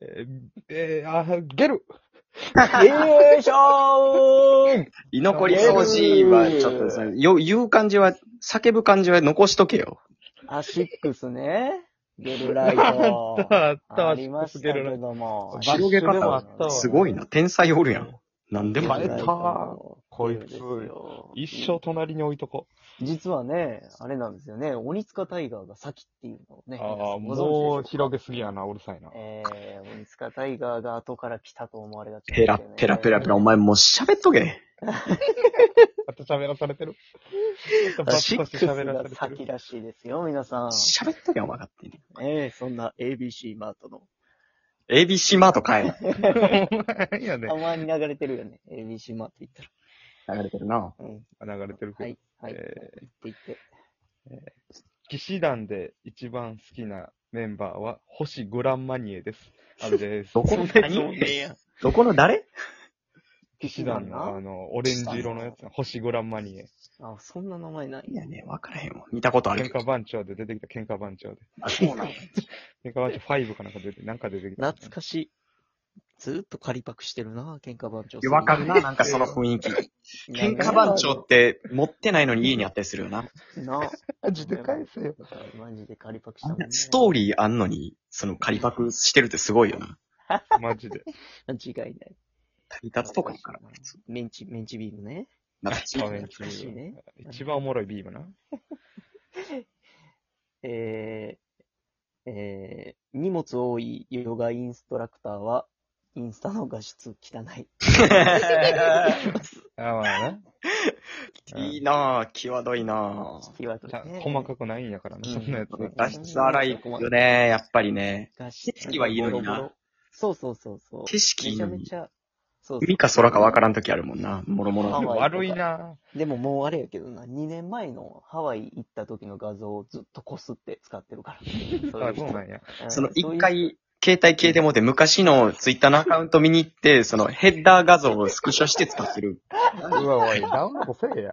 えーえー、あ、ゲル優勝居残り掃除は、ちょっとさ、よ言う感じは、叫ぶ感じは残しとけよ。アシックスね。ゲルライト。あった、ありましたけども。広げでもあ方った、わすごいな。天才おるやん。何でもバレたこいつですよ一生隣に置いとこ実はね、あれなんですよね。鬼塚タイガーが先っていうのをね。う。ああ、皆さんごもう存知でしょ広げすぎやな、うるさいな。えー、鬼塚タイガーが後から来たと思われがちペなんですよラね、ペラペラペラ、お前もう喋っとけ。あと喋らされてる。シックスそれが先らしいですよ、皆さん。喋っとけ、お前がって。ええそんな ABC マートの。 ABC マート変え。何やねたまに流れてるよね。ABC マート行ったら。流れてるな。うん。流れてるけど。はい、はい。え行って行って。騎士団で一番好きなメンバーは、星グランマニエです。あれです。どこそうねえ何やどこの誰騎騎士士団団なのあの、オレンジ色のやつ、星グランマニエ。あ、そんな名前ないい。やね、わからへんわ。見たことある喧けど。嘩番長で出てきた喧嘩番長で。あそうなんや喧嘩番長5かなんか出て、なんか出てきた。懐かしい。ずーっと仮パクしてるな、喧嘩番長いやわかるな、なんかその雰囲気。喧嘩番長って持ってないのに家にあったりするよな。な。マジで返せよ。マジで仮パクしたもん、ね。ストーリーあんのに、その仮パクしてるってすごいよな。マジで。ー。間違いない。旅立つとかやから。普通メンチ、メンチビームね。なんか画面懐かしいね一番おもろいビームな。えー、えー、荷物多いヨガインストラクターは、インスタの画質汚い。あまあな。 いいなぁ、際どいなぁ。際どいちゃんね細かくないんやからな、うそんんなやつ。画質荒いよね、やっぱりね。画質景色はいいのになボロボロ。そうそうそうそう。景色いいのめにち。ゃめちゃ。そうそう海か空かわからんときあるもんな、もろもろハワイの。悪いな。でももうあれやけどな、2年前のハワイ行った時の画像をずっとこすって使って るから。そあ、いそう人なんや。うんそのうい一う回、携帯消えてもうて、昔のツイッターのアカウント見に行って、そのヘッダー画像をスクショして使ってる。うわ、おい、ダウンロードせえや。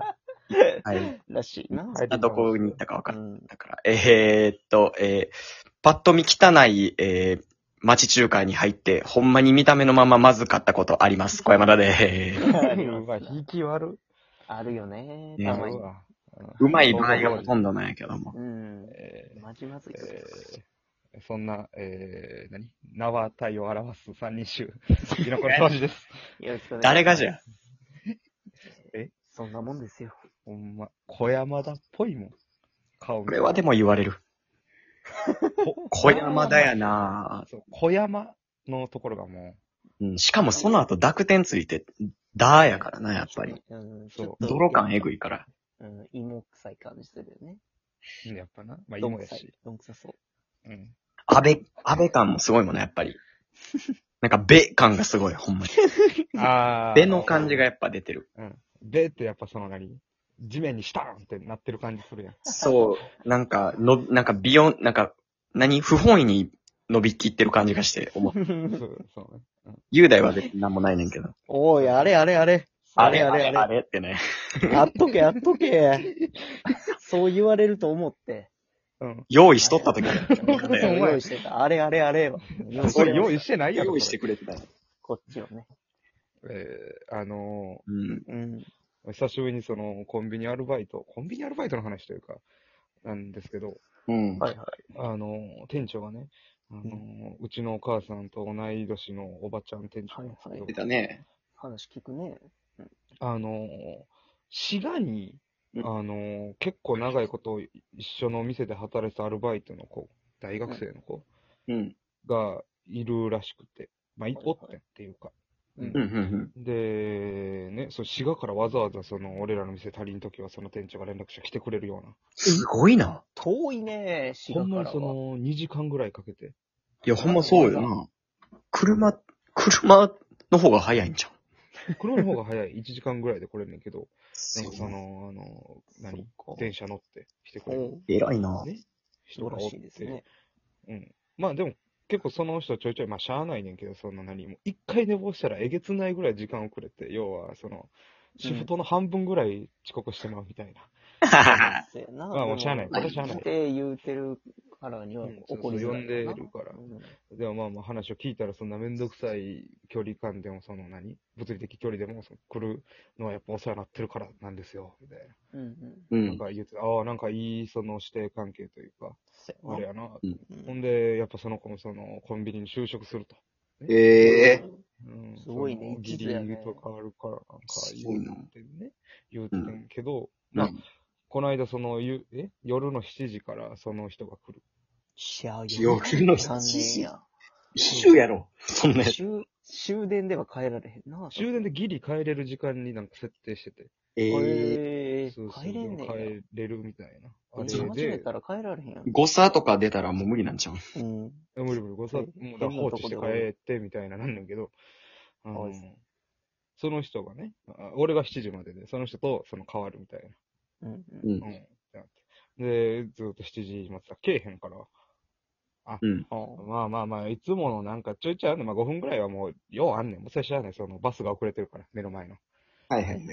はい。らしいな。はいどこに行ったかわうからん。んだから、えー、っと、えー、パッと見汚い、えー、町中華に入って、ほんまに見た目のまままずかったことあります。小山田 でーす。ありうまわ、すな引き悪。あるよね、ねたまにう。わうまい場合がほとんどなんやけども。うん。えまじまずいーことでえす。ーそんな、えー、何縄体を表す三人衆、生き残り掃除です。よろしくお願いします誰がじゃそんなもんですよ。ほんま、小山田っぽいもん。顔これはでも言われる。小山田やなそう小山のところがもうん、しかもその後濁点ついて、だーやからな、やっぱり。うん、ちそうょっと。泥感えぐいから。うん、芋臭い感じするよね。う、やっぱな、まあ、どん芋やくさしい。。どんくさそう。 うん。安倍、安倍感もすごいもんね、やっ ぱり。なんか、べ感がすごい、ほんまに。あーべの感じが。やっぱ出てる。うん。べってやっぱその何地面にシターンってなってる感じするやん。そう。なんか、の、なんか、ビヨン、なんか、何不本意に伸びきってる感じがして、思う。そう、そうね。雄大は別になんもないねんけど。 おい、あれあれあれ。あれってね。あっとけ、あっとけ。 そう言われると思って。うん。用意しとった 時んまや用意してた。あれあれあれは。用そ意してれ用まし意してないやろ。用意してくれてたよ。たこっちをね。それ。えー、あのー、うん。うん。久しぶりにそのコンビニアルバイト、コンビニアルバイトの話というか、なんですけど、うん。はいはあの、店長がね、あの、うちのお母さんと同い年のおばちゃん店長なんですけど、はい出たね。話聞くね。あの、滋賀に、うんあの、結構長いこと一緒のお店で働いてたアルバイトの子、大学生の子うん。がいるらしくて、まあ、いはいおってっていうか。うんうん、うん、で、ね、そう滋賀からわざわざその、俺らの店足りん時はその店長が連絡して来てくれるような。すごいな。遠いね、滋ほ賀んまかにらそは。の、2時間ぐらいかけて。いや、ほんまそうよな。車、車の方が早いんじゃん。車の方が早い。1時間ぐらいで来れんねんけど、なんすかごいその、あの、何そっか電車乗って来てくれる。遠偉いな。ね。いらしいですね。うん。まあでも、結構その人ちょいちょい、まあしゃあないねんけど、その何も、一回寝坊したらえげつないぐらい時間遅れて、要は、その、シフトの半分ぐらい遅刻してまうみたいな。そうやな。まあもうしゃあないでもこれしゃあないって言うてるハラにはうんそう怒りづらいかなそう呼んでるからうんでもまあまあ話を聞いたら、そんなめんどくさい距離感でも、その何物理的距離でも、その来るのはやっぱお世話になってるからなんですよ、みたいな。うんうん。 うなんん。か言って、ああ、なんかいい、その師弟関係というか、せやあなれやな。うんほんで、やっぱその子もそのコンビニに就職すると。ええうん、すごいねその義一途やね理とかあるから、なんかすご言いうなてね、言うてんけど、なこの間その、ゆえ夜の7時からその人が来る。しゃあ夜の3年や。一緒やろ。そんなやつ。終終電では帰られへんな。終電でギリ帰れる時間になんか設定してて。えええそうそう帰れんねんや。帰れるみたいな。あ電れ車間違えで、たら帰られへんやん。誤差とか出たらもう無理なんちゃううん。え無理無理、ごさ、もうだから放置して帰ってみたいななんねんけど、あかわのいそその人がね、あ俺が7時までで、その人とその変わるみたいうんう。な。うんん。ってなってで、ずっと7時までさ、けえへんから、うん。うん。まあまあまあ、いつものなんかちょいちょいあんねん、まあ5分ぐらいはもう、ようあんねん。もうそれ知らない、そのバスが遅れてるから、目の前の。はいはいはい。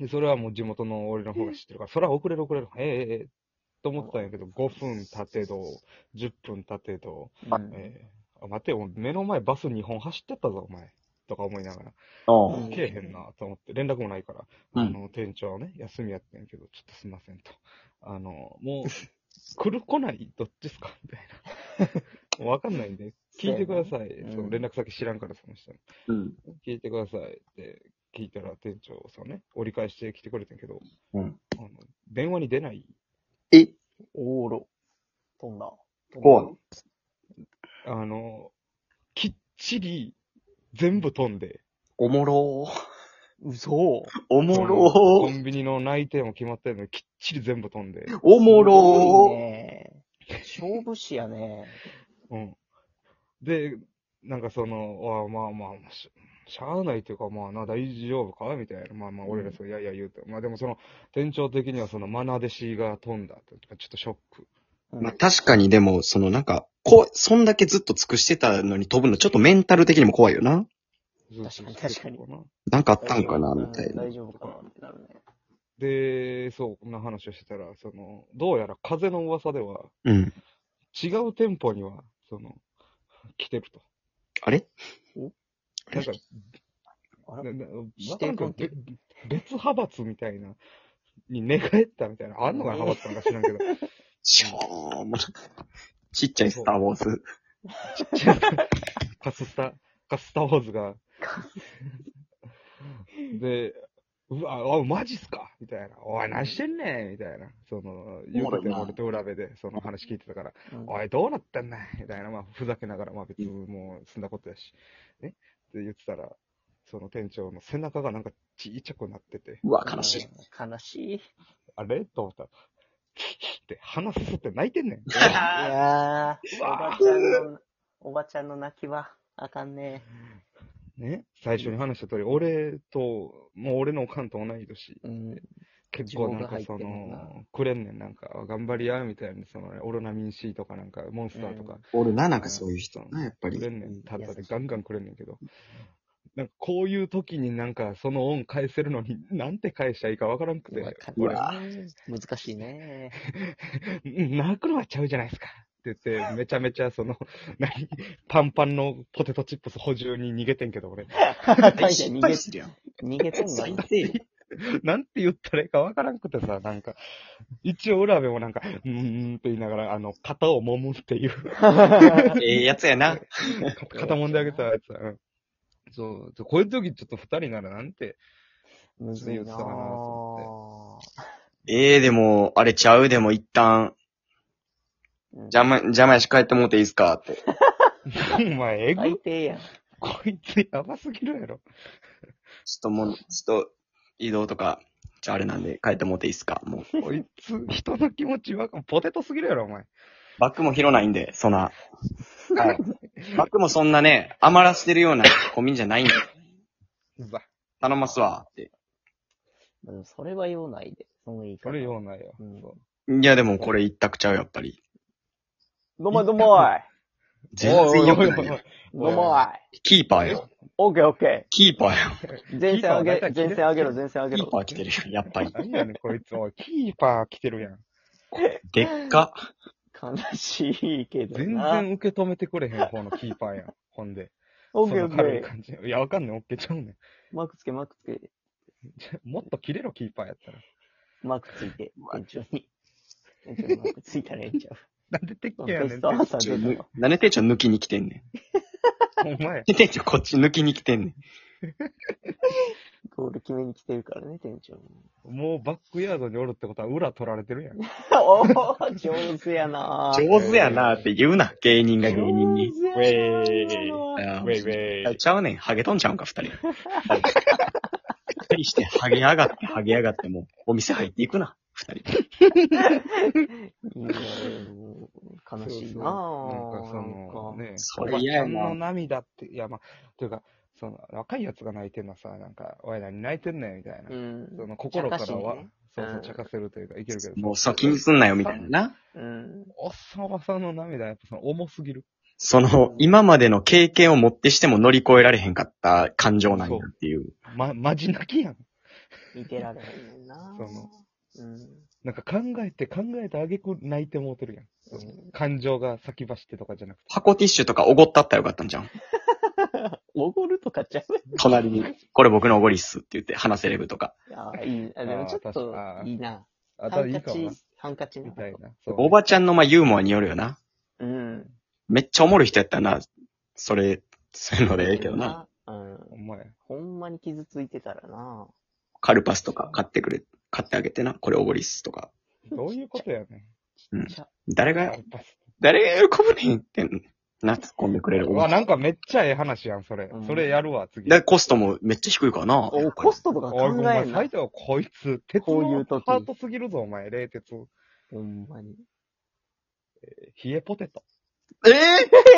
で、それはもう地元の俺の方が知ってるから、それは遅れる遅れる、ええええええと思ってたんやけど、5分経てど、10分経てど、あええあ待てよ、目の前バス2本走ってったぞ、お前。とか思いながら、あうあんけえへんなと思って、連絡もないから、うんあの、店長ね、休みやってんけど、ちょっとすいませんと。あの、もう、来る来ないどっちっすかみたいな。 もうわかんないんで、聞いてください。うんその連絡先知らんから、その人に。うん。聞いてくださいって聞いたら、店長さんね、折り返して来てくれてんけど、うんあの電話に出ない。え、おーろ。飛んだ。怖いあの、きっちり、全部飛んで、おもろー。嘘。おもコろー。ンビニの内定も決まってるのに、きっちり全部飛んで、おもいいろね。勝負師やね。うん。で、なんかその、あまあまあ、ししゃあないというか、まあな、大丈夫かみたいな。まあまあ、俺らそう、いやいや言うて。まあでもその、店長的にはその、マナ弟子が飛んだというか、ちょっとショック。うー。んまあ、確かにでも、そのなんか、こう、そんだけずっと尽くしてたのに飛ぶの、ちょっとメンタル的にも怖いよな。確かに確かにに。なんかあったんかな、みたいうんな。大丈夫かなってなるね。で、そう、こんな話をしてたら、その、どうやら風の噂では、うん。違う店舗には、その、来てると。あれなんか、あなれな指わから定んけど関係べ別派閥みたいな、に寝返ったみたいな、あんのかな、派閥なんか知らんけど。しょーもちちっちゃいスターウォーズ。カススタ、カスタウォーズ が。で、うわ、あ、マジっすかみたいな。おい、何してんねんみたいな。その、言うてておもろいな俺と裏部で、その話聞いてたから、うんおい、どうなってんねんみたいな。まあ、ふざけながら、まあ別にもう済んだことやし。ねって言ってたら、その店長の背中がなんかちっちゃくなってて、うわ、悲しい。うん 悲しい。いあれと思ったら、って鼻すすって泣いてんねん。やうー、おわばちゃんの、おばちゃんの泣きは、あかんね。ね、最初に話した通り、俺と、もう俺のおかんと同い年うん。結構なんか情そ報が入ってんもんなの、くれんねん、なんか、頑張りや、みたいな、その、オロナミン C とかなんか、モンスターとか、俺な、なんかそういう人な、やっくぱれり。んねん、たった優でしいガンガンくれんねんけど、なんかこういう時になんか、その恩返せるのに、 なんて返したらいいかわからんくて、わかうるわね難しい ね。うん泣くのはちゃうじゃ ないですか。って言って、めちゃめちゃその、 何、パンパンのポテトチップス補充に逃げてんけど、俺。確かに逃げ、るやん。逃げてんだ最よ。低。なんて言ったらいいかわからんくてさ、なんか、一応浦部もなんか、うーんって言いながら、あの、肩を揉むっていう。ええやつや な。か肩もんであげたやつは。うんそう、そうこういう時ちょっと二人ならなんて、 むずい強なさだなとぁ思。ええでも、あれちゃうでも一旦、うん邪魔、邪魔やし帰ってもうていいっすかって。お前、え最ぐ、低やん。こいつやばすぎるやろ。ちょっともう、ちょっと、移動とか、じゃああれなんで帰ってもうていいっすかもう。こいつ、人の気持ちわかん、ポテトすぎるやろ、お 前。バックも広ないんで、そんな。はい。バックもそんなね、余らしてるようなコミじゃないんで、うざ。頼ますわって。でもそれは用ないで。その言いそ方。れようないよ。うんそういやでもこれ一択ちゃう、やっぱり。どもいども い。全然よおいくおいおおないいよい。どもキーパーよ。い。オッケーオッケキーパーよ。ー。前線上げ、前線上げろ、前線上げキーろ。パー来てるよ、やっぱり。何やねん、こいつ。おい、キーパー来てるやん。でっか。悲しいけど全な。然受け止めてくれへん方のキーパーやん。ほんで。オッケーオそのッケ軽いー。感じ。いや、わかんねん。オッケーちゃうねん。マークつけ、マークつけ。もっと切れろ、キーパーやったら。マークついて、延長に。延長にマークついたらええ んちゃう。なんで鉄拳やねベんスって。トアンサちょー出ぬたわ。なんで店長抜きに来てんねお前。ん。 店長こっち抜きに来てんねん。ゴール決めに来てるからね、店長。もうバックヤードにおるってことは裏取られてるや ん。おー、上手やなぁ。上手やなって言うな、芸人が芸人に。上手やなぁあーウェイウェイ。ちゃうねん。ハゲとんちゃうんか、 二人。二人して、ハゲ上がって、ハゲ上がって、もう、お店入っていくな、二人。いやもう悲しいなぁ。なんかその、ね、そおればち嫌やゃんなの涙って、いやまあ、というか、その、若いやつが泣いてんのはさ、なんか、おい何泣いてんねんみたいな。うん。その心から茶化しは、にねそうそうう、ん茶化せるというか、いけるけど。もう、そう、気にすんなよ、みたいなな。うん。おっさんおばさんの涙、やっぱその、重すぎる。その、今までの経験をもってしても乗り越えられへんかった感情なんやっていう。ま、マジ泣きやん。見てられへんねんなぁ。 そのうん。なんか考えて考えてあげく泣いてもうてるやん。うん感情が先走ってとかじゃなくて。箱ティッシュとかおごったったらよかったんじゃん。おごるとかちゃう隣に、これ僕のおごりっすって言って、話せレブとか。あーいい。あでもちょっとあー確か、いいな。あ、ハだいンカいかもチな。、ハンカチみな。たいな。そうおばちゃんの、まあ、ユーモアによるよな。うん。めっちゃおもろい人やったらな、それ、そういうのでええけどな。。うん。お前。ほんまに傷ついてたらな。カルパスとか買ってくれ、買ってあげてな。これおごりっすとか。どういうことやねうんちっちゃ誰ん。がやっ、ぱ誰が喜ぶねんってん、な、突っ込んでくれる。うわ、なんかめっちゃええ話やん、それう。んそれやるわ、次。だコストもめっちゃ低いからな。おコストとかおい、お考え前、んな最。初はこいつ、鉄こういのう時ハートすぎるぞ、お前、冷鉄。ほんまに。冷えポテト。ええ